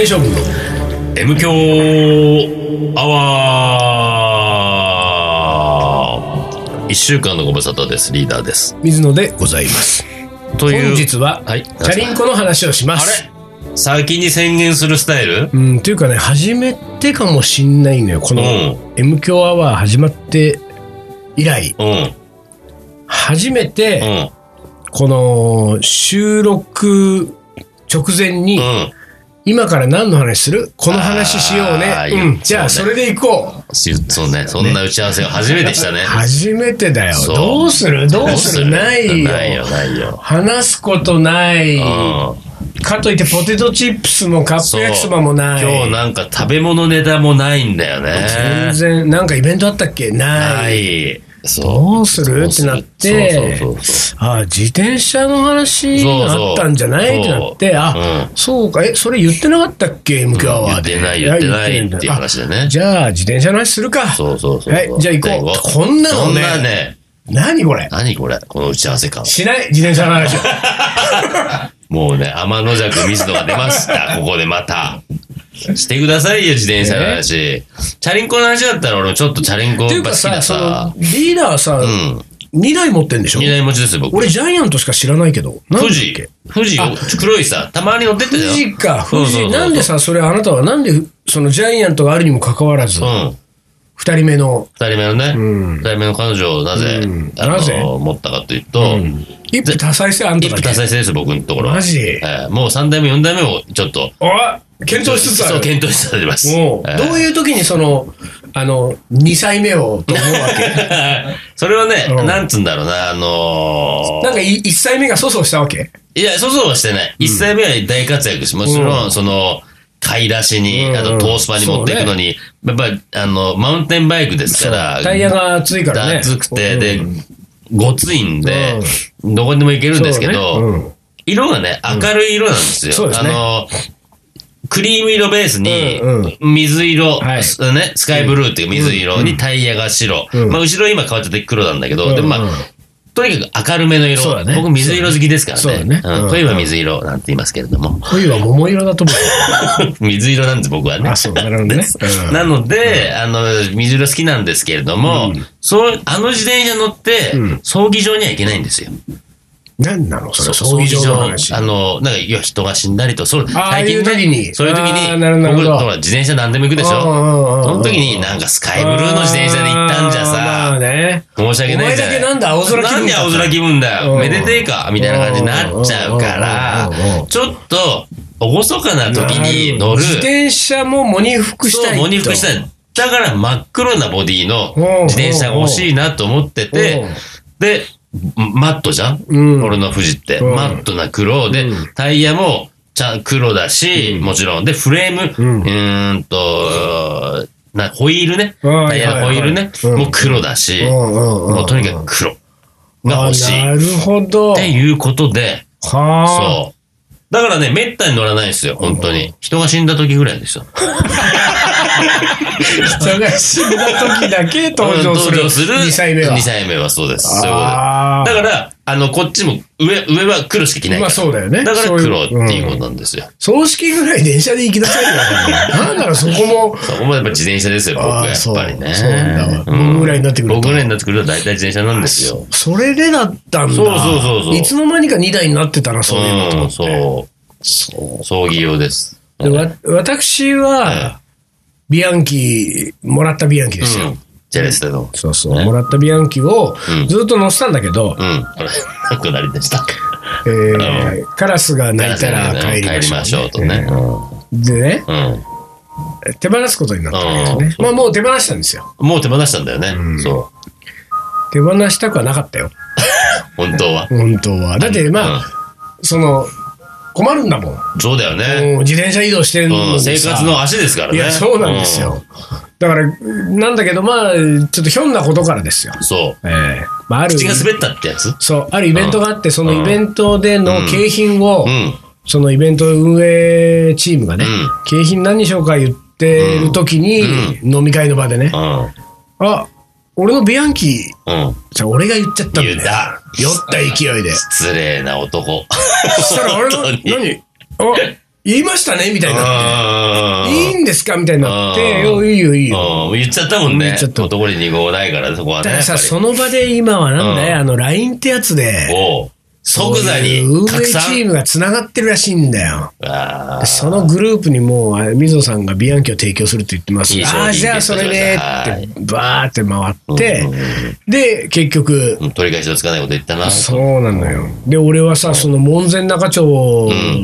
勝負 M 強アワー一週間のご無沙汰ですリーダーです水野でございます。と本いう日は、はいチャリンコの話をしまあす。れ先に宣言するスタイルうん、というかね、初めてかもしんないのよ。このうん M 強アワー始まって以来、うん初めて、うんこの収録直前に、うん今から何の話するこの話しようあねー。ういいん、じゃあそそうねれで行こう。しそうねそんな打ち合わせが初めてしたね初めてだよ。そうどうするどうするないよ。ないよないよ話すことない。うんかといってポテトチップスもカップ焼きそばもない。今日なんか食べ物ネタもないんだよね全然、なんかイベントあったっけな。ないいそうどうするってなってそうそうそうそう、あ、自転車の話そうそうあったんじゃないってなって、あう、そうか、え、それ言ってなかったっけ ?M 響ア言ワーっで。てない言ってないんっだていう話でねあじゃあ、自転車の話するか。そうそうそう。はいじゃあ行こうこんなのねこんなね。何これ何これこの打ち合わせ感。しない自転車の 話。もうね、天の弱水野が出 ました。ここでまた。してくださいよ、自転車の話。チャリンコの話だったら俺ちょっとチャリンコっていやっうぱか好きさ、だそのさ。、リーダーさう、ん。 2台持ってんでしょ二台持ちですよ、僕。俺、ジャイアントしか知らないけど。なんだっ富け士。富士よあ黒いさ、たまに乗ってった富じゃん。士か、富そうそう士。そうそうなんでさ、それあなたは、なんで、そのジャイアントがあるにもかかわらずう、ん。二人目の、二人目のね、二人目の彼女をなぜうん、あなぜの、持ったかというと、一夫多妻制あんた一だ夫け多妻制ですよ、僕のところは。マジええもう三代目、四代目をちょっと。あ検討しつつあそう、る。検討しつつあります。もう、ええどういう時にその、あの、二歳目をと思うわ けそれはね、うんなんつうんだろうな、あのなんかい一歳目が粗相したわけー、いや、そうそうはしてない。一歳目は大活躍し、もちろん、その、買い出しに、うんあとトースパに持っていくのに、やっぱり、あの、マウンテンバイクですから、タイヤが熱いからね。熱くて、で、ごついんで、どこにでも行けるんですけど、そうねうん色がね、明るい色なんですよ。そうですねあの、クリーム色ベースにうんうん、水色、はいすね、スカイブルーっていう水色にタイヤが白。うんまあ、後ろ今変わっちゃって黒なんだけど、でもまうんうんあ、とにかく明るめのそうだ色。ね僕水色好きですからそうだねね。うんうんといえば水色なんて言いますけれども。 冬は桃色だと思う。水色なんです、僕はね。あそうなるほど ねうんなので、あの、水色好きなんですけれども、そう、あの自転車乗ってうん、葬儀場には行けないんですよ。何なのそれ、そ葬儀場の話。あの、なんか、いや、人が死んだりと、そう、ああいう時にそういう時あに、ーなるほど僕ほら、自転車何でも行くでしょ。うんうんうんうんその時に、なんか、スカイブルーの自転車で行ったんじゃあーまあさ、ね。申し訳ないじゃない。お前だけなんだ青空気分だなんで青空気分だうよ。んめでてえか、みたいな感じになっちゃうからうんうんうんうん、ちょっと、厳かな時に乗る、自転車も喪に服したいそう、と。モニフクしたい。だから真っ黒なボディの自転車が欲しいなと思っておうおてう、で、マットじゃん、うん俺の富士って。うんマットな黒で、うんタイヤもちゃん黒だし、もちろん。で、フレーム、うんうーんと、な、ホイールね。うんタイヤのホイールね。はいはいはいうんもう黒だし、うんうんうんうんもうとにかく黒が欲しあい。なっるほど。ていうことで、はあ。そう。だからね、めったに乗らないですよ、本当に。人が死んだ時ぐらいですよ。人が死んだ時だけ登場する。 2 2歳目は。二歳目はそうです。そういうことあーだから、あの、こっちも上、上は黒しか着ないから。まあそうだよねだからそういう黒っていうことなんですよ。葬式ぐらい電車で行きなさいよ。なんならそこも。そこまでやっぱ自転車ですよ、僕あーはやっぱりね。そうそうなんだ僕ぐらいになってくると僕ぐらいになってくると大体自転車なんですよ。それでだったんだ。そうそうそうそういつの間にか2台になってたな、そういうのと思ん、って。そう。葬儀用です。でわ私は、ビアンキー、もらったビアンキーでうすよ。ん。ジェレステの。そうそう、ねもらったビアンキをうんずっと乗せたんだけど、うん。これ、なくなりでした。えーカラスが鳴いたら帰りましょう,、帰りましょうとえね。ーでね、うん。手放すことになったんだようんね。まあもう手放したんですよ。もう手放したんだよね。そ手放したくはなかったよ。う。本当は。本当は。だってまあ、その、困るんだもん。うん、そうだよね。もう自転車移動してんのうにん、さ生活の足ですからね。いや、そうなんですよ。だから、なんだけど、まあ、ちょっとひょんなことからですよ。うん。そう。ええまあ、ある、口が滑ったってやつそう、あるイベントがあって、そのイベントでの景品を、うん。そのイベント運営チームがね、うん景品何にしようか言ってる時に、飲み会の場でね、うん。あ、俺のビアンキー、うん。じゃあ俺が言っちゃったんだよ言った。 酔った勢いで。失礼な男。そしたら俺の本当に、何あ、言いましたねみたいになって。あーいいんですかみたいになっあて、ーおいいよいいよ。うん言っちゃったもんね。言っちゃった男に二号ないから、そこはだね。からやっぱさ、りその場で今はなんだよ、うんあの LINE ってやつで、おう即座そうにいう運営拡チ散。ームが繋がってるらしいんだよ。あーそのグループにもう、あみぞさんがビアンキを提供するって言ってます。いい商品ああ、じゃあそれねはって、バーって回うんうんって、で、結局、うん取り返しのつかないこと言ったな。そうなのよ。で、俺はさ、その門前仲町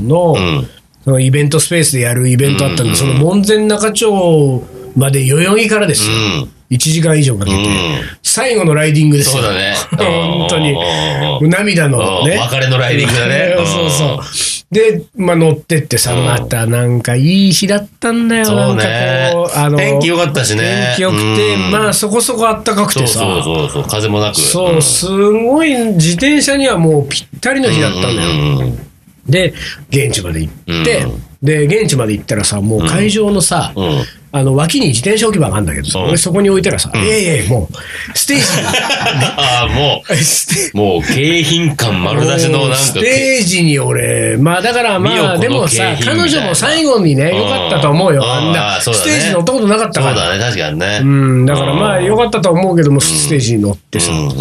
の、うんそのイベントスペースでやるイベントあったんうんで、その門前仲町まで代々木からですよ。1時間以上かけうてん。最後のライディングですそよ。。うだね本当にうん。もう涙うのんね。別れのライディングだねう んそうそう。で、まあ、乗ってってさ、うんまたなんかいい日だったんだよ。そうねなんかこう、あの、天気良かったしね。天気良くて、うんまあそこそこ暖かくそてうさ。そうそうそう、風もなく。そう、すごい自転車にはもうぴったりの日だったんだよ。うんうんで、現地まで行って、うんで、現地まで行ったらさ、もう会場のさ、うん うんあの脇に自転車置き場があるんだけどさ、うん俺そこに置いたらさ、いやいやいやもう、ステージああ、もにステう、もう、景品感 丸出しの、なんスか、テージに俺、まあだから美ま代あ、子でのも景品さみ、たい彼な女も最後にね、良かったと思うよ。うんあんな、あーそうだスねテージに乗ったことなかったそうから。だね、確かにね。うん、だからまあ良かったとは思うけども、ステージに乗ってさ、うんうん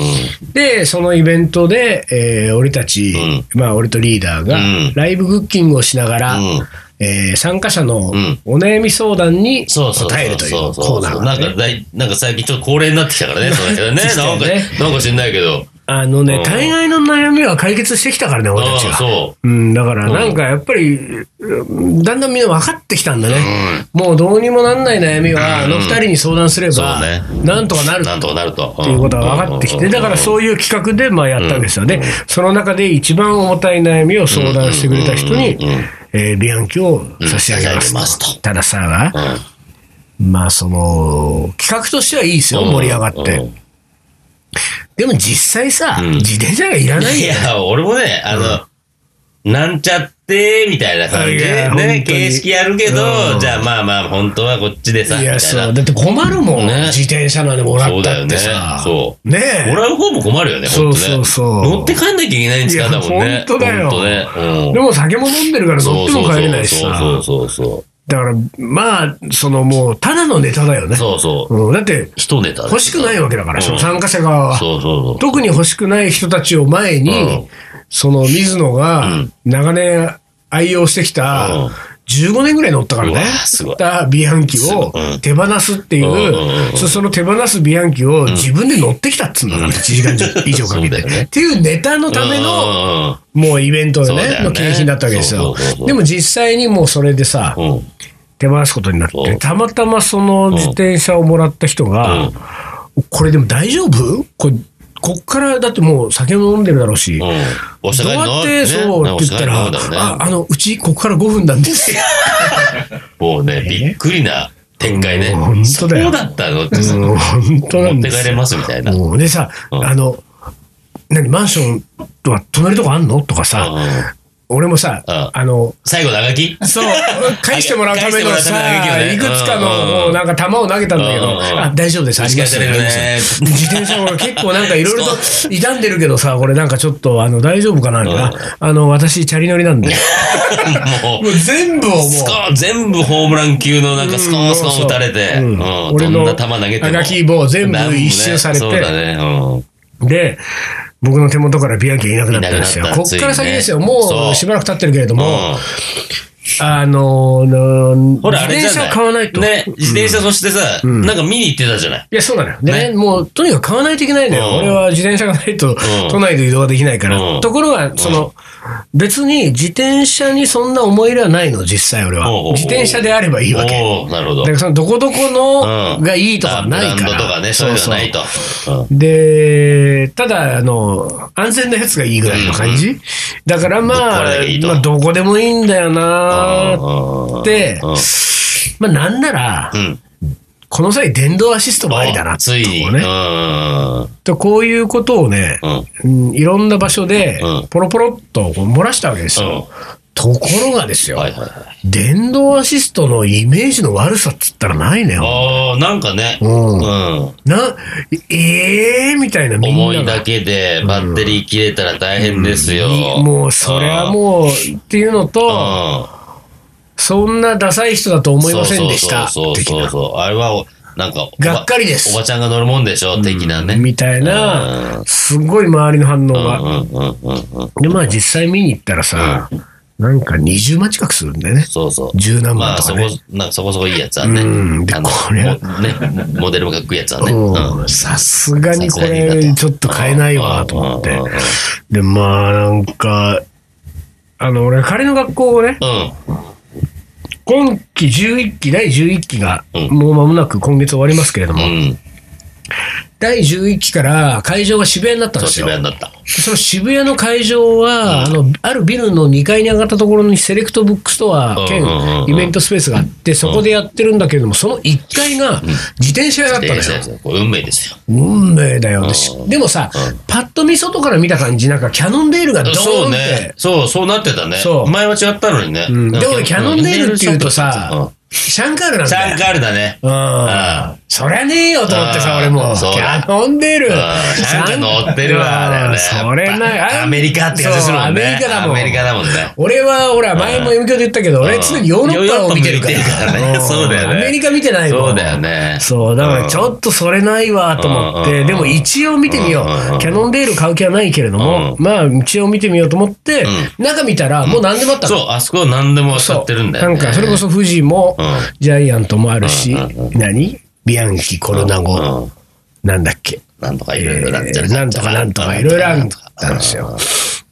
で、そのイベントで、えー俺たち、うまあ、俺とリーダーがうん、ライブクッキングをしながら、うんえー参加者のんお悩み相談にそうそうそうそう。答えるというコーナーながんね、かだい、なんか最近ちょっと恒例になってきたからね、それね。確かなんにか、ねなんか知んないけど。あのうねん、大概の悩みは解決してきたからね、俺あたちあ、は。そうん、だからなんかやっぱり、うんだんだんみんな分かってきたんだね。もうどうにもなんない悩みは、あの二人に相談すれば、そうなんとかなう。るなんとかなると。っていうことが分かってきて、だからそういう企画でまあやったわけですよね。その中で一番重たい悩みを相談してくれた人にうんうんうんうん、えービアンキを差し上げますうん差し上げますとたださ、うん。まあその、企画としてはいいですよ、盛り上がっうてん。でも実際さ、うん自転車がいらないいよ。や、俺もね、あの、なんちゃって、みたいな感じいで、や本当ね、に形式やるけど、うんじゃあまあまあ、本当はこっちでさ、いみたいや、なそう。。だって困るもん、ね自転車なんでもらったってさ。そうねえ もらう方も困るよね、ほんとねそうそうそう乗って帰んなきゃいけないんですかいら、やだもんね。ほんとだよほんとね。うんでも酒も飲んでるから乗そっうてそうもそう帰れないしそさう。そうそだから、まあ、そのもう、ただのネタだよう。ね。そうそう。うん、だって、一ネタ欲しくないわけだから、うんその参加者側は。そうそうそう。特に欲しくない人たちを前に、うんその水野うがん長年愛用してきうんた、15年ぐらい乗ったからうわね、すごいたビアンキすをごいうん手放すっていう、うんうんうんそその手放すビアンキを自分で乗ってきたっつうんだから、1時間以上かけそうて、だよねっていうネタのための、の、もうイベントのそうだよね、ねの景品だったわけですそようそうそうそ。うでも実際にもうそれでさ、うんうんうん手放すことになっそて、うたまたまその自転車をもらった人が、うんこれでも大丈夫これこっからだってもう酒も飲んでるだろうし、うん。おしどゃうがりのやってそうって言ったら、ああのうちここから5分なん ですよもうね、びっくりな展開ね。うんほんとだよそうだったのってさ、もう本当な持んっでて帰すれよますみたいな。うんもうでさ、うんあの何マンションとは隣とかあんのとかさ、俺もさ、うんあの最後のあがきそう、返してもらうための返してもらうためのさ、あれだいよくねつかうんの、こうなんか球を投げたんだけうんうんど、うんあ、大丈夫です、ありますよ打ち返されるね自転車も結構なんかいろいろと傷んでるけどさ、これなんかちょっと、あの、大丈夫かなみたいなうんあの、私、チャリ乗りなんで。 もうもう全部をもう。スコーン全部ホームラン級のなんかスコーンスコーン打たれて、うんうん俺どんのな球投げても。あがき棒全部なんもね一周されてそうだね。うんで、僕の手元からビアンキがいなくなったんですよい。なくなこったっから先ですよ。ついにねそもううしばらく経ってるけれども、うんあの、の自ほら、あれ転じ車ゃない。買わないと。ね、自転車そしてさ、んなんか見に行ってたじゃない。いや、そうなのよ。でね、もう、とにかく買わないといけないんだよ。うん俺は自転車がないと、ん都内で移動ができないから。うんところが、その、別に自転車にそんな思い入れはないの、実際俺はおうおうお。う自転車であればいいわけ。おおなるほど。だから、その、どこどこのうんがいいとかないかブランドとら。かね、そういうのはないと。うんで、ただ、あの、安全なやつがいいぐらいの感じ、だからまこれだあけいい、とまあ、どこでもいいんだよなーうんってうん、まあ、なんならう、ん。この際電動アシストもありだなおってついに。とうこん。うね。んとこういうことをね、うん。うん、いろんな場所でうんポロポロっとこう漏らしたわけですよ。ところがですよ、はいはいはい。電動アシストのイメージの悪さっつったらないねよ。ああ、なんかね。うんうん。な、ええー、みたいなみん思ないがだけでバッテリー切れたら大変ですよ。もうそれはもうっていうのうと、ん。そんなダサい人だと思いませんでした。そうそう的そうそうなそう。あれはお、なんかおば、がっかりですおばちゃんが乗るもんでしょ、的なね。みたいな、すごい周りの反応うんが。うんうんうんうん。で、まあ実際見に行ったらさ、なんか20万近くするんだよね。そうそう。十何ま万あ、とそかこね。、なんかそこそこいいやつはね。うんであのこれはもね、モデルもかっこいいやつはね。うんさすがにこれちょっと買えないわと思ってうんうんうん。で、まあなんか、あの、俺、仮の学校をね、う今期11期、第11期が、うんもう間もなく今月終わりますけれども、ん。うん。第11期から会場が渋谷になったんそう、です渋よ。谷になった。その渋谷の会場は、あの、あるビルの2階に上がったところにセレクトブックストア兼うんうんうんうんイベントスペースがあって、そこでやってるんだけれども、その1階が自転車屋だったんですよ。ですよ。これ運命ですよ。運命だよ。でしうでもさ、パッと見外から見た感じ、なんかキャノンデールがドーンって。そうね。そう、そうなってたねそ。う前は違ったのにね。うん、なんでか俺キャノンデールって言うとさ、シャンカールなうんんシだよ。ャンカールだね。うん。そりゃねえよと思ってさ、うん俺も。そうキだャノンデール。うんシャンカー乗ってるわ、だよね。それやっぱな、アメリカって感じするもんね。そうアメリカだもん。アメリカだもんね。俺は、ほら、前も M 響で言ったけど、俺常にヨーロッパを見てるかヨーロッパ見てるからら。ねんそうだよねアメリカ見てないもん。そうだよねそう、だからちょっとそれないわと思っうんうんうて、んでも一応見てみようんうんうんう。キャノンデール買う気はないけれども、うまあ一応見てみようと思って、中見たらもう何でもあったのそう、あそこは何でもそう使ってるんだよね。なんか、それこそ富士もうん、ジャイアントもあるしうんう、何ビアンキ、コロナう後ん、なんだっけ。なんとかいろいろなっちゃえう。ーなんとかなんとかいろいろあるんですよ。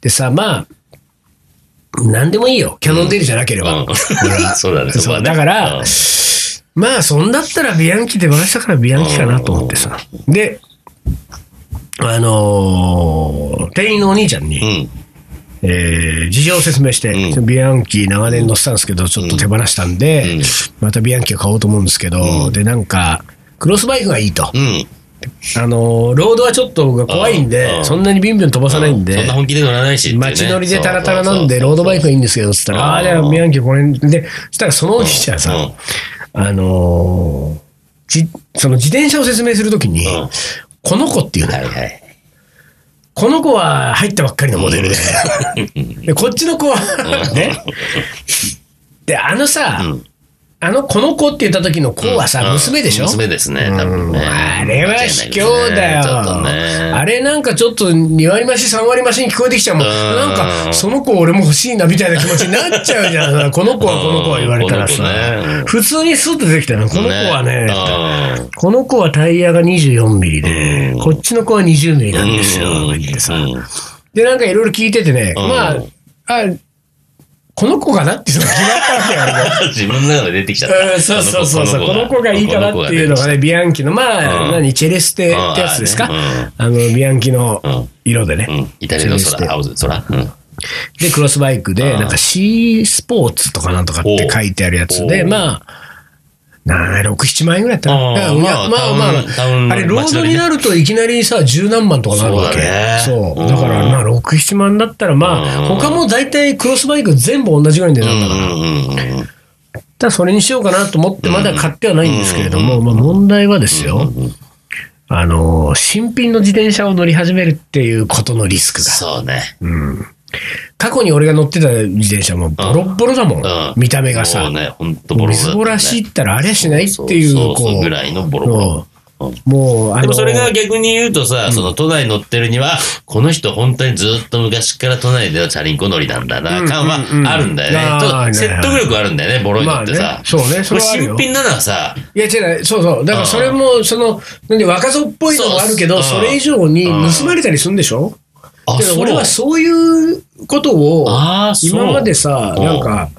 でさ、まあ、なんでもいいよ。キャノンデールじゃなけれうんば。 そうだね、そこそはうね。だからうん、まあ、そんだったらビアンキ出ましたからビアンキかなと思ってさ。で、あのー店員のお兄ちゃんに、うん。えー事情を説明して、うんそのビアンキ長年乗ってたんですけど、ちょっと手放したんで、うんまたビアンキを買おうと思うんですけど、で、なんか、クロスバイクがいいと。うん。あのーロードはちょっと僕は怖いんうんうで、んそんなにビンビン飛ばさないんで、そんな本気で乗らないしっていうね。街乗りでタラタラなんで、そロうーそうそドうバイクがいいんですけど、つったうんら、ああー、じゃあ、ビアンキこれに、で、そしたらそのおじちゃんうさん、あのーじ、その自転車を説明するときにうん、この子っていうのはいよはい。この子は入ったばっかりのモデルで、で、こっちの子は、ね。で、あのさうん、あの、この子って言った時の子はさ、うん娘でしょ娘ですね、多分うんね。あれは卑怯だよ。ちょっとね。あれなんかちょっと2割増し3割増しに聞こえてきちゃうもん。うんなんかその子俺も欲しいなみたいな気持ちになっちゃうじゃん。この子はこの子は言われたらさうんこの子ねうん。普通にスッと出てきたの。この子はね、ね、この子はタイヤが24ミリでう、んこっちの子は20ミリうなんんですよ。とか言ってさうん で、なんかいろいろ聞いててね、うんまあ、あ、この子かなっていうのが決まったわけよ。自分の中で出 てきちゃっ俺もうた。んそうそうそうそう、この子がいいかなっていうのがね、ビアンキの、まあ、うん何、チェレステってやつですかうんああの、ビアンキのうん色でうねん。イタリアのチェレス空、テ青空。うんで、クロスバイクで、うんなんか C スポーツとかなんとかって書いてあるやつで、おうまあ、な6、7万円ぐらいだったなあーだからいやままああまあタウンあれ、ロー街ド乗りにねなるといきなりさ、十何万とかなるわけ。そうだねそうだから、うんまあ、6、7万だったら、まあ、うん他も大体クロスバイク全部同じぐらいの値段うだから。んうんうんただそれにしようかなと思ってまだ買ってはないんですけれども、まあ、問題はですよ、あの新品の自転車を乗り始めるっていうことのリスクがそうね。過去に俺が乗ってた自転車もボロッボロだもん、うん見た目がそさ、うね、ほんとボロボロみだったね。ずぼらしいったらあれしないっていうそうそうこそううぐらいのボロボロ。うんうんもうあでのもそれが逆に言うとさ、その都内乗ってるには、この人本当にずっと昔から都内でのチャリンコ乗りなんだうんな、う感んうんはあるんだあーよはいはいね。と説得力あるんだよね、ボロいのってまあさね。そうねそれはあるよこれ新品なのはさ、いや違うそうそうだからそれもそのなんで若造っぽいのもあるけどそうそうんれ以上に盗まれたりするんでしょあでそう俺はそういうことをあーそう今までさうんなんか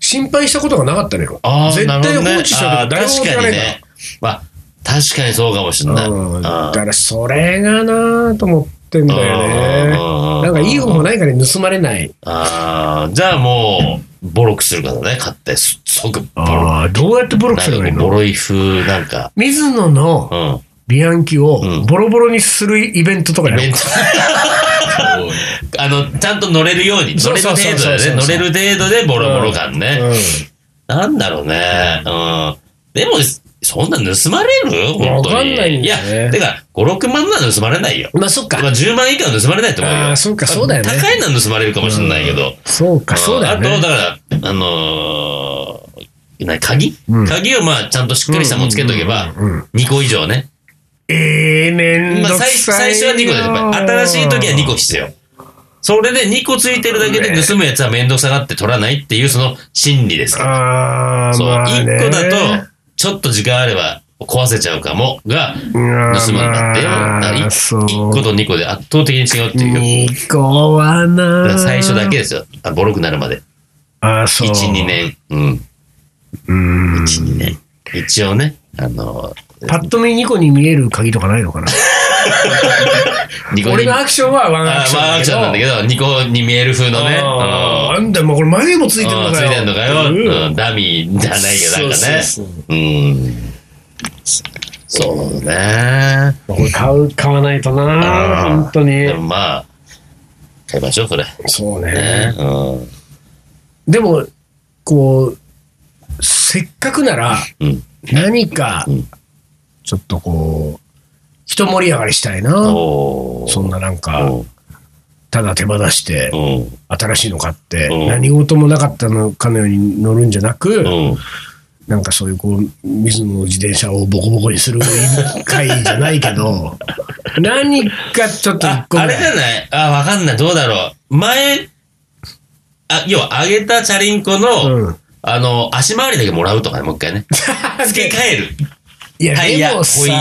心配したことがなかったのよあー絶対なるほどね放置したことあー誰も確聞かかなにいからね。まあ、確かにそうかもしれない。うんうんだからそれがなぁと思ってんだようんねなんかいい方もないから盗まれないあーじゃあもう、ボロくするからね、買って、す即ボロ。あどうやってボロなんかこうボロい風、なんか、水野のうん。ビアンキをうんボロボロにするイベントとかやろベうンかチ あの、ちゃんと乗れるように、乗そうれるそう程そう度だそうね。そう乗れる程度でボロボロ感ね。うんなんだろうね。うん。でも、そんな盗まれる本当に。わかんないんいだよねや、てか、5、6万なら盗まれないよ。まあそっかまあ、10万以下は盗まれないと思うよ。あーそうかそうだよね高いのは盗まれるかもしれないけど。そうかそうだよあと、ねだから、あのな鍵、うん鍵をまあちゃんとしっかりしたものつけとけば、うんうんうんうん2個以上ね。ええめんまあどく最さ最いよ。初は2個です。やっぱり新しい時は2個必要。それで2個ついてるだけで盗むやつは面倒くさがって取らないっていうその心理ですから。ああ、そう、まあね、 1個だと、ちょっと時間あれば壊せちゃうかもが、盗盗むんだってよ。だからまあ、 1, そう。個と2個で圧倒的に違うっていう。 2個はだかな。ら最初だけ。ですよ。あボロくなるまで。ああ、そう。 1、2。年。うん。うん。 1、2年。一応ね、あの、パッと見2個に見える鍵とかないのかな。 2個俺に、のアクションはワンアあクションまあアクションなんだけど、2個に見える風のね。うんあーなんだよ、もうこれ眉毛もついてるのうんつかいよ。てんのかよ。ううんん、ダミーじゃないけど、なんかね。そうそうそううん。そうね。これ買う、買わないとな、うん本当でにも。まあ、買いましょう、それ。そうねね。。うん。でも、こう、せっかくなら、うん。何かうん、ちょっとこう、一盛り上がりしたいな。おーそんななんかう、んただ手放して、うん。新しいの買って、うん何事もなかったのかのように乗るんじゃなく、うん。なんかそういうこう、水野の自転車をボコボコにする会じゃないけ ど、何かちょっと一あ、個ぐあらいれじゃないあ、わかんない。どうだろう。前、あ、要は、あげたチャリンコの、うんあの、足回りだけもらうとかね、もう一 回ね。付け替える。いや、タイヤでもホイさ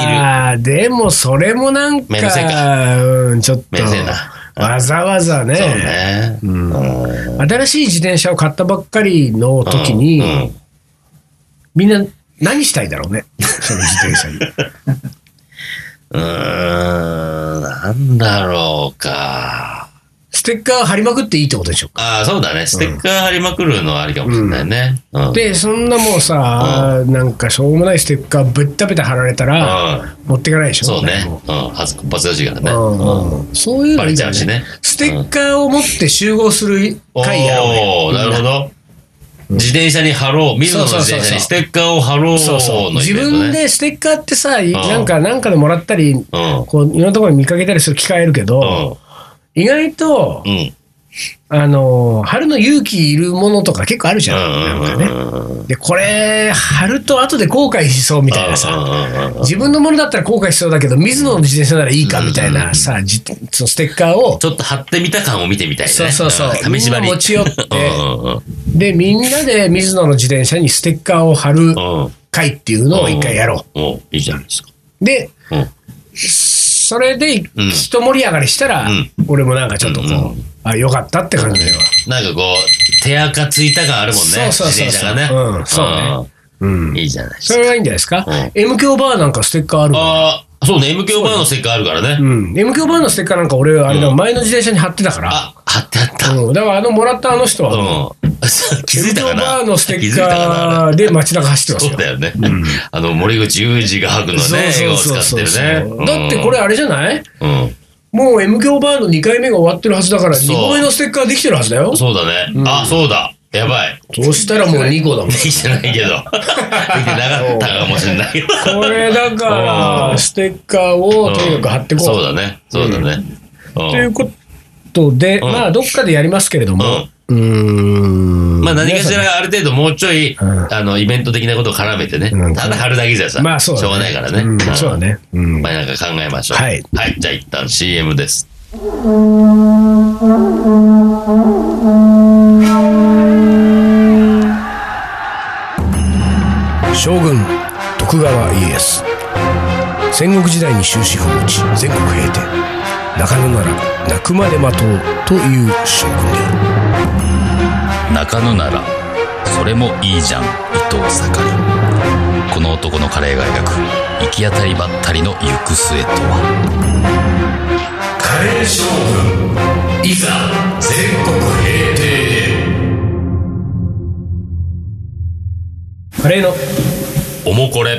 ー、でもそれもなんめんどくせえか、うん、ちょっとめんどくせえな、わざわざそうね、ね。うん。新しい自転車を買ったばっかりの時うんうに、んみんな何したいだろうね、その自転車 に。うーん、なんだろうか。ステッカー貼りまくっていいってことでしょうか。ああ、そうだね。ステッカー貼りまくるのはありかもしれないね。うん。で、そんなもうさ、なんかしょうもないステッカーぶったべて貼られたうら、ん、持ってかないでしょ。そうね。誰うんも。恥ずかしいからね。うんうんそういうのバいいレんちだゃようしねね。ステッカーを持って集合する会やろおうおーね。なるほど。自転車に貼ろう。水野の自転車にステッカーを貼ろうのイベンそうトそう。ね。自分でステッカーってさ、なんか、なんかでもらったり、うん。こう、いろんなところに見かけたりする機会あるけど、意外とう、ん。あの、春の勇気いるものとか結構あるじゃん。なんかね。うん。うん。で、これ、春と後で後悔しそうみたいなさ。うん自分のものだったら後悔しそうだけど、水野の自転車ならいいかみたいなさ、じそのステッカーを、ちょっと貼ってみた感を見てみたいね。そうそうそうん試みし張り。んな持ち寄ってうんうんで、みんなで水野の自転車にステッカーを貼るうん。うん会っていうのを一回やろうん。いいじゃないですか。う。で、うん。それでうん一盛り上がりしたら、うん俺もなんかちょっとこう、うんうあよかったって感じだよ。なんかこう、手垢ついた感あるもんね。そうそうそうそう自転車がね。うんそうねうんんいいじゃないですそか。れがいいんじゃないですか、うん ?M 響バーなんかステッカーあるからああ、そうね。M 響バーのステッカーあるからね。うん。M 響バーのステッカーなんか俺、あれだ、前の自転車に貼ってたから。あ、貼ってあった。うん。だからあの、もらったあの人は、うん。 気づいたか M 響なバーのステ気ッづいたかなあれカーで街中走ってそうますよ。だよね。あの、森口雄二が吐くのね、絵を使ってるね。だってこれあれじゃないうん、もう M 響バーの2回目が終わってるはずだから、2そう個目のステッカーできてるはずだようん。そうだね。あ、そうだ。やばい。そうしたらもう2個だもんで。きてない けど。できてなかったかもしれないけど。これだから、ステッカーをとにかく貼ってこう。そうだね。そうだね。うんということで、んまあ、どっかでやりますけれども、うーんまあ何かしらある程度もうちょい、んあの、イベント的なことを絡めてね。うんただ貼るだけじゃさ、まあ、そうだしょうがないからね。うんそうだね。うんまあなんか考えましょう。はいはい。じゃあ一旦 CM です。将軍、徳川家康。戦国時代に終止符を打ち、全国平定。中野なら、泣くまで待とうという将軍である。中野ならそれもいいじゃん伊藤盛この男のカレーが描く行き当たりばったりの行く末とはカレー将軍、いざ、全国平定カレーのおもこれ。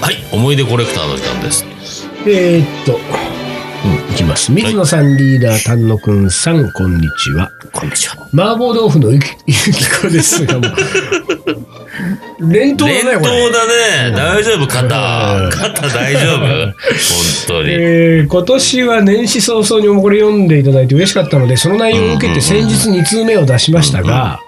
はい。思い出コレクターの時間です。えーっと、うん、いきます。水野さん、リーダー、丹野くんさん、こんにちは。こんにちは。麻婆豆腐のゆき ゆきこですが、もう。 連投だ連ね、投これ。だね。大丈夫うん肩。肩大丈夫本 当に。えー今年は年始早々にもこれ読んでいただいて嬉しかったので、その内容を受けて先日2通目を出しましたが、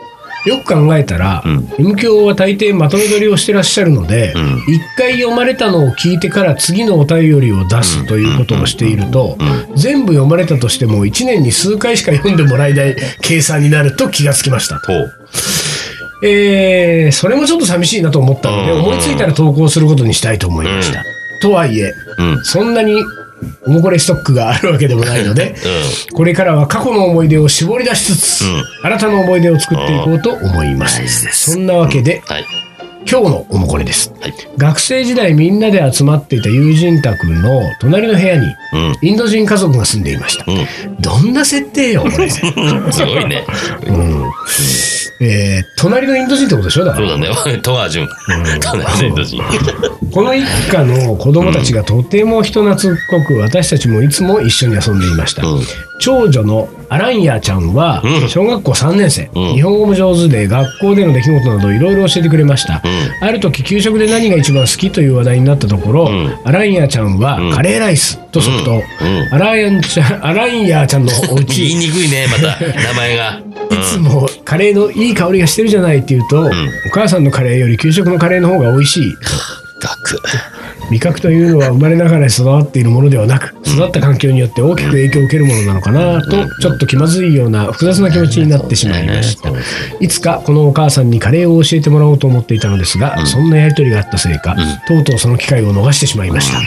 よく考えたら、うん M 響は大抵まとめ撮りをしてらっしゃるので、うん一回読まれたのを聞いてから次のお便りを出すということをしていると、全部読まれたとしても1年に数回しか読んでもらえない計算になると気がつきましたと。ほう。えーそれもちょっと寂しいなと思ったので、うん思いついたら投稿することにしたいと思いました。うんとはいえ、うん。うん。そんなにおもこれストックがあるわけでもないので、これからは過去の思い出を絞り出しつつ、うん新たな思い出を作っていこうと思います。そんなわけで、はい。今日のおもこれです。はい。学生時代みんなで集まっていた友人宅の隣の部屋にうん。インド人家族が住んでいました。うどんな設定よ、こ れ。ん。すごいね。うんえー隣のインド人ってことでしょだかそらうだね。 とはじゅん。とはじゅんとじ。この一家の子供たちがとても人懐っこく、私たちもいつも一緒に遊んでいました。うん。長女のアランヤちゃんはうん小学校3年生、うん日本語も上手で学校での出来事などいろいろ教えてくれました、うある時給食で何が一番好きという話題になったところ、うんアランヤちゃんはうんカレーライスと即答、うんうんアランヤちゃんアランヤちゃんのお家言いいにくいね、また、名前が。つもカレーのいい香りがしてるじゃないって言うと、お母さんのカレーより給食のカレーの方が美味しい学。味覚というのは生まれながら育っているものではなく育った環境によって大きく影響を受けるものなのかなとちょっと気まずいような複雑な気持ちになってしまいましたいつかこのお母さんにカレーを教えてもらおうと思っていたのですがそんなやり取りがあったせいかとうとうその機会を逃してしまいました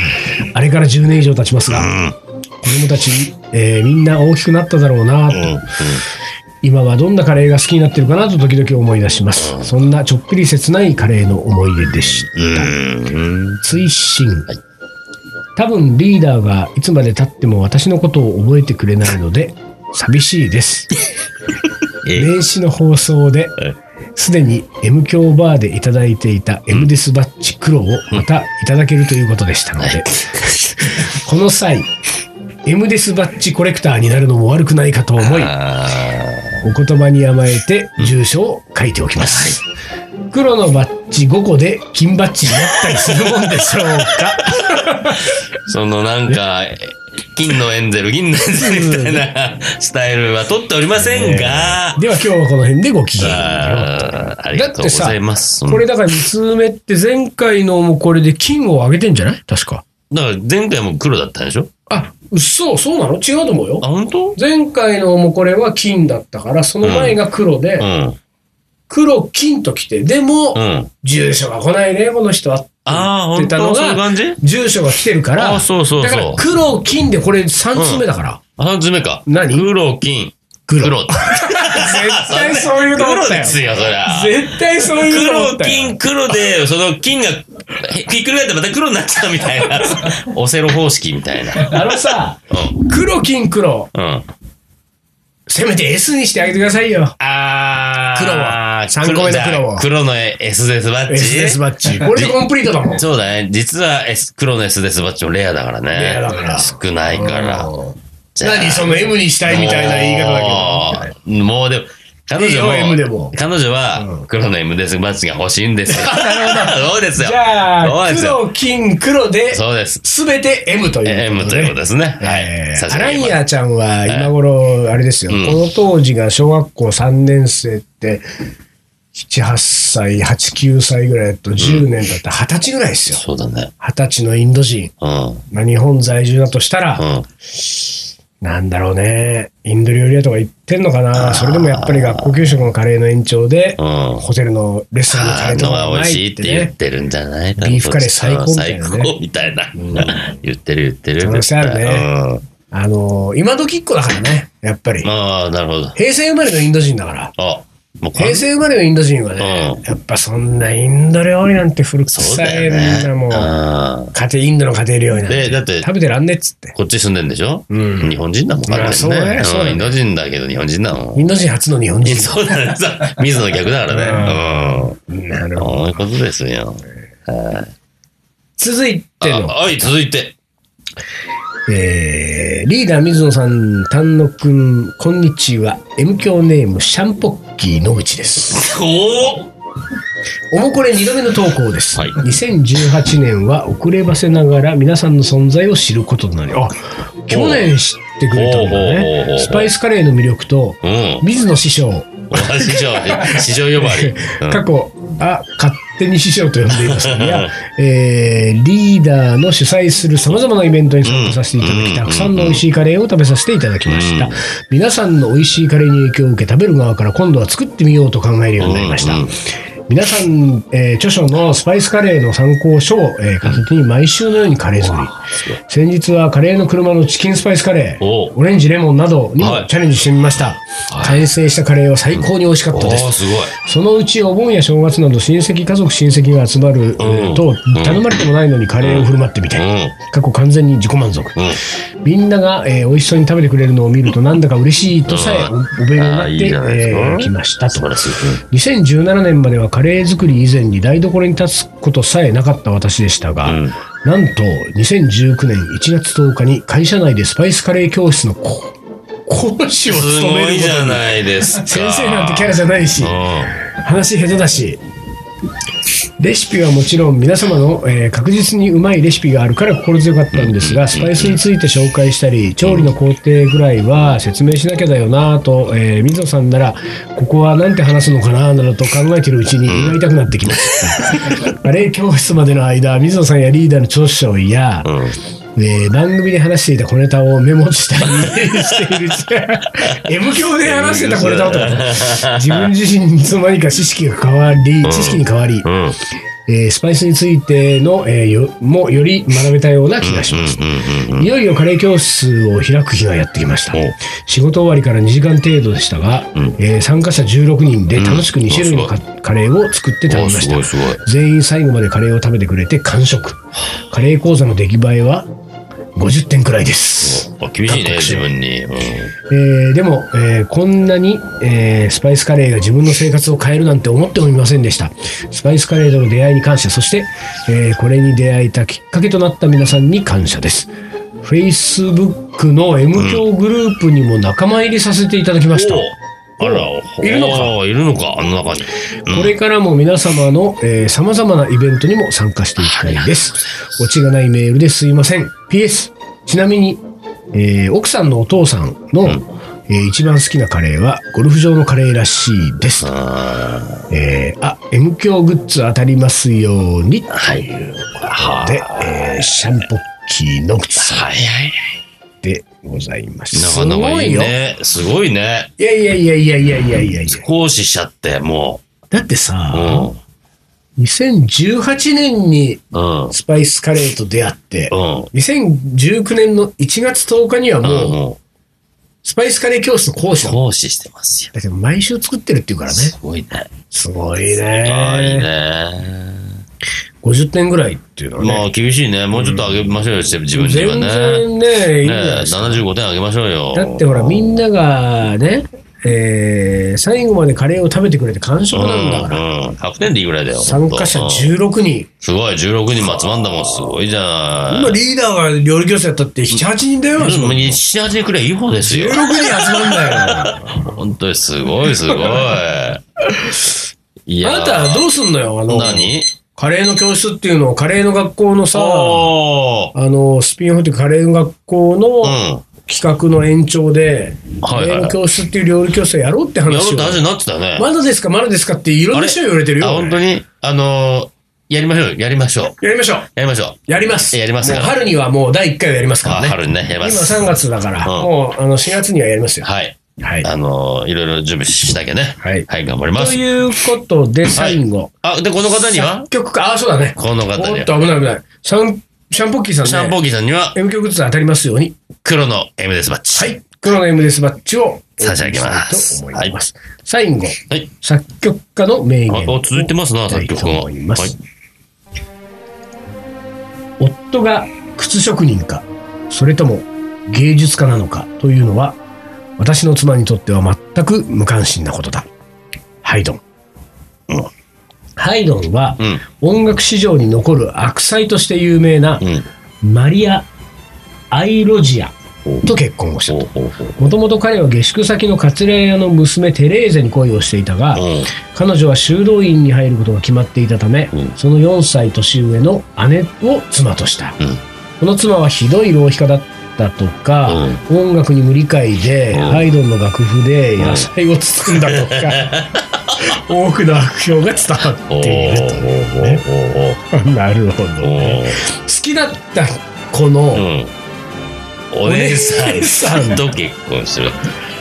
あれから10年以上経ちますが子供たち、えーみんな大きくなっただろうなとうん。今はどんなカレーが好きになってるかなと時々思い出しますそんなちょっぴり切ないカレーの思い出でしたうん。うん。追伸、多分リーダーがいつまでたっても私のことを覚えてくれないので寂しい ですえ年始の放送ではいすでに M 強バーでいただいていた M デスバッジ黒をまたいただけるということでしたので、 この際 M デスバッジコレクターになるのも悪くないかと思いあお言葉に甘えて住所を書いておきます、黒のバッジ5個で金バッジになったりするもんでしょうかーそのなんか、金のエンゼル、銀のエンゼルみたいなスタイルは取っておりませんが、 では今日はこの辺でごきげんよう。あーありがとうございます。これだから2通目って前回のもこれで金を上げてんじゃない確か。うんだから前回も黒だったんでしょあ、嘘そうなの違うと思うよあ、。本当前回のもこれは金だったから、その前が黒で、うん。黒金ときて、でも、うん。住所が来ないね、この人はってああ、言っ本てたの当そういうが、感じ住所が来てるから、あそうそうそうだから黒金でこれ3通目だから。あ、3つ目か。何黒、金。黒黒。絶対そういうと思黒ったでよ。すよ、そりゃ。絶対そういうと思黒、ったよ。金、黒で、その金が、ひひっくり返ってまた黒になっちゃうみたい な。オセロ方式みたいな。あのさ、黒金黒、うん。うん。せめて S にしてあげてくださいよ。あー。黒は三個目の黒をじゃあ黒の S ですバッジ。 S ですバッジ。これでコンプリートだもん。 そうだね。実は S、黒の S ですバッジもレアだからね。レアだから少ないから。じゃあ何その M にしたいみたいな言い方だけど。けど。もうでも、彼女も、いいよ M でも彼女は、黒の M ですバッジが欲しい んですよ。そうですよ。じゃそうあ、ですよ。黒、金、黒で、そうです。すべて M というこ M とでというね。ことですね。はい。え差ーしア上ラげイますアちゃんは今頃、あれですよ、うんこの当時が小学校3年生って、7、8歳、8、9歳ぐらいだと10年だったら20歳ぐらいですよ。そうだね。 20歳のインド人。うん。まあ、日本在住だとしたら、うん。なんだろうね。インド料理屋とか行ってんのかなそれでもやっぱり学校給食のカレーの延長で、うんホテルのレストランのカレあーとのかは美な味しいいっってて言っね。てるんじゃないビーフカレー最高みたいなね最高みたいな。 言ってる言ってる。可能性あるね絶対うんあのー今時っ子だからね、やっぱり。ああ、なるほど。平成生まれのインド人だから。あ、もうこ平れ成生まれのインド人はね、うんやっぱそんなインド料理なんて古そう臭だい、よね。みんなもう、う家庭、インドの家庭料理なんんで、てだって食、べてらんねっつって。こっち住んでんでしょうん日本人だもんまあそうだねそうだねんインド人だけど日本人だもイん。ンド人初の日本人。そうだね。そう水の逆だからね。うん。なるほど。そういうことですよ。続いあての。はい、続いて。えーリーダー水野さん、丹野くん、こんにちは。M 響ネーム、シャンポッキー野口です。おおおもこれ2度目の投稿です。はい2018年は遅ればせながら皆さんの存在を知ることになり、あ、去年知ってくれたんだほうほうほうほね。うスパイスカレーの魅力と、うん。水野師匠、お師匠、 師匠呼ばわり。うん過去、あ、勝手に師匠と呼んでいます が、えーリーダーの主催するさまざまなイベントに参加させていただうんき、たくさんの美味しいカレーを食べさせていただきました。皆さんの美味しいカレーに影響を受け、食べる側から今度は作ってみようと考えるようになりました。うんうん皆さん、えー著書のスパイスカレーの参考書を、えー片手に毎週のようにカレー作り。先日はカレーの車のチキンスパイスカレー、おオレンジレモンなどにはいもチャレンジしてみました。はい完成したカレーは最高に美味しかっおたです。ー、すごい。そのうちお盆や正月など親戚家族親戚が集まる、えーとうん頼まれてもないのにカレーを振る舞ってみたい、う過去完全に自己満足、ん。うん。みんなが、えー美味しそうに食べてくれるのを見るとなんだか嬉しいとさえおうんお弁になあっーていいじゃないですかえーきましたと素晴らしい。 2017年まではカレー作り以前に台所に立つことさえなかった私でしたが、うんなんと2019年1月10日に会社内でスパイスカレー教室の講講師をす務ごめるいこじゃとにないです か。先生なんてキャラじゃないし、う話下手だしレシピはもちろん皆様の、えー確実にうまいレシピがあるから心強かったんですがスパイスについて紹介したり調理の工程ぐらいは説明しなきゃだよなぁと、えー水野さんならここは何て話すのかなぁなどと考えているうちに胃が痛くなってきま したバレエ教室までの間水野さんやリーダーの長所や、ん。うん。えー番組で話していた小ネタをメモしたりしているうち M 教で話してた小ネタをとか自分自身にいつの間にか知識が変わり、知識に変わり、うん。うん。えースパイスについての、えーよもより学べたような気がします。うん。うん。いよいよカレー教室を開く日がやってきましたお。仕事終わりから2時間程度でしたが、うんえー参加者16人で楽しく2種類のかうカレーを作って食べましすたごい。すごい。全員最後までカレーを食べてくれて完食。カレー講座の出来栄えは50点くらいです。あ厳しいね、自分に。うん。えーでも、えーこんなに、えースパイスカレーが自分の生活を変えるなんて思ってもみませんでした。スパイスカレーとの出会いに感謝、そして、えーこれに出会えたきっかけとなった皆さんに感謝です。Facebook の M 教グループにも仲間入りさせていただきました。おあら、いるのかおーいるのか、あの中に。うんこれからも皆様の、えー、様々なイベントにも参加していきたいです。オチがないメールですいません。PS、ちなみに、えー奥さんのお父さんの、えー一番好きなカレーはゴルフ場のカレーらしいです。あえーあ、M 強グッズ当たりますように。ーはい。はで、えーシャンポッキーの靴さいはい。んでございます。なすかなごかいいいよ。ね。すごいね。いやいやいやいやいやいやいやいや。講師しちゃって、もだってう。うさ、ん。 2018年にうん。スパイスカレーと出会って、うん。 2019年の1月10日にはうんもう、もスパイスカレー教室の講師う、だもん講師してますよ。だけど、毎週作ってるっていうからね。すごいね。すごいああ、いいね。ね。 50点ぐらいっていうのはまね。あ、厳しいね。もうちょっと上げましょうよ、自分には全ね。然ね、いいんじゃないねですか75点上げましょうよ。だってほら、みんながね、えー最後までカレーを食べてくれて完食なんだから。うんうん、100点でいいぐらいだよ。参加者ほんと16人。すごい、16人も集まんだもん。すごいじゃない。今リーダーが料理教室やったって7、8人だよ。うん16もう人7、8人くらいいい方です集よ。まんだよ。本当にすごい、すごい。いあやーなたはどうすんのよ、あの、何カレーの教室っていうのを、カレーの学校のさ、おーあの、スピンオフというかカレーの学校うん。の企画の延長で、はいはいカレーの教室っていう料理教室をやろうってやろ話うをって。話になってたね。まだですかまだですかっていろんな人が言われてるよ。あ、本当にあのー、やりましょうよ、やりましょう。やりましょう。やりましょやります。やりますもよう春にはもう第1回をやりますう。からあね。春にね、やり今ます。 3月だから、うんもうあの4月にはやりますよ。はい。はい。あのー、いろいろ準備しなきゃね。はいはい、頑張りまとす。いうことで、最後。あ、で、この方には作曲家、あ、そうだね。この方におっは。と、危ない危ない。シャン、シャンポッキーさんね。シャンポーキーさんには、 M 曲ズ当たりますように。黒の M ですバッチ。はい。黒の M デスバッチを差し上げますお送りしたいと思います。最後、はい。作曲家の名言あ、あ続いてますな、作曲をが。思はいい。ます夫が靴職人か、それとも芸術家なのかというのは、私の妻にとっては全く無関心なことだ。ハイドン。ハイドンは、うん。音楽史上に残る悪妻として有名なうん。マリア・アイロジアと結婚をしたほとうほうほう。もともと彼は下宿先のカツレー屋の娘テレーゼに恋をしていたが、うん。彼女は修道院に入ることが決まっていたため、うんその4歳年上の姉を妻とした。うんこの妻はひどい浪費家だったたとか、音楽に無理解で、うんハイドンの楽譜で野菜を包んだとか、多くの悪評が伝わおっーているおーおーと なるほどおーおね、ー好きだった子の、おーお姉さお姉さんんと結婚してる。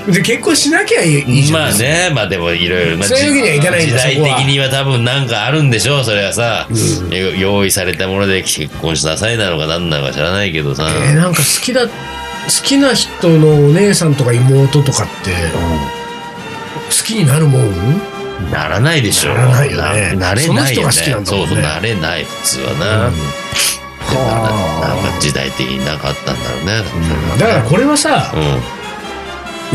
で結婚しなきゃいいじゃん、まあね、まあでもいろいろ、まあ、そういうわけにはいかないん時だ代そこは的には多分なんかあるんでしょう、それはさ、よ用意されたもので結婚しなさいなのか何なのか知らないけどさ。えーなんか好きだ好きな人のお姉さんとか妹とかって好きになるもんならないでしょう。ならないよねななれないよね。その人が好きなんだもんねそうそう、なれない、普通はな。うんでなはあなんか時代的になかったんだろうね。だからこれはさ、う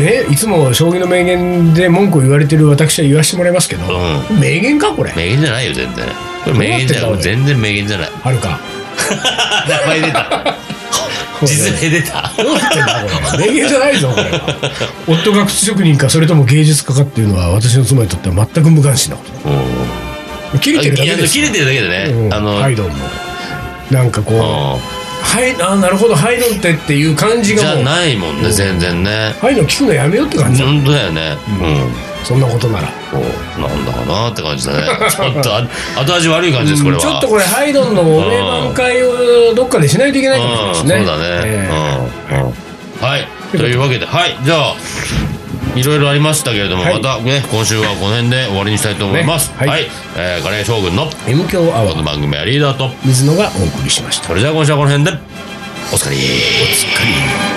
ん。ね、いつも将棋の名言で文句を言われてる私は言わせてもらいますけど、う名言かこれ名言じゃないよ、全然。これ名言じゃどうなってんだ俺全然名言じゃない。あるかあ、名前 出た。実名出た。どうなってんだこれ名言じゃないぞこれは夫が靴職人かそれとも芸術家かっていうのは私の妻にとっては全く無関心なこうとん切れてるだけいでやす切れてるだけでね。うんあの、ハイドンもなんかこう、うはい、あーなるほど、ハイドンってっていう感じんじがゃもう、ないもんね、全然ね。ハイドン聞くのやめようって感じだ、本当だよね。うん。そんなことなら。こうなんだかなって感じだ ね。ちょっとあ後味悪い感じです、これは。ちょっとこれ、ハイドンのお名満会をどっかでしないといけないかもしれないですね。うんそうだね、ええうんうんはいというわけではいじゃあいろいろありましたけれども、はいまたね今週はこの辺で終わりにしたいと思います、ねははいい、えーカレー将軍の M 強アワこのー、番組はリーダーと水野がお送りしました。それじゃあ今週はこの辺でお疲おれ疲れ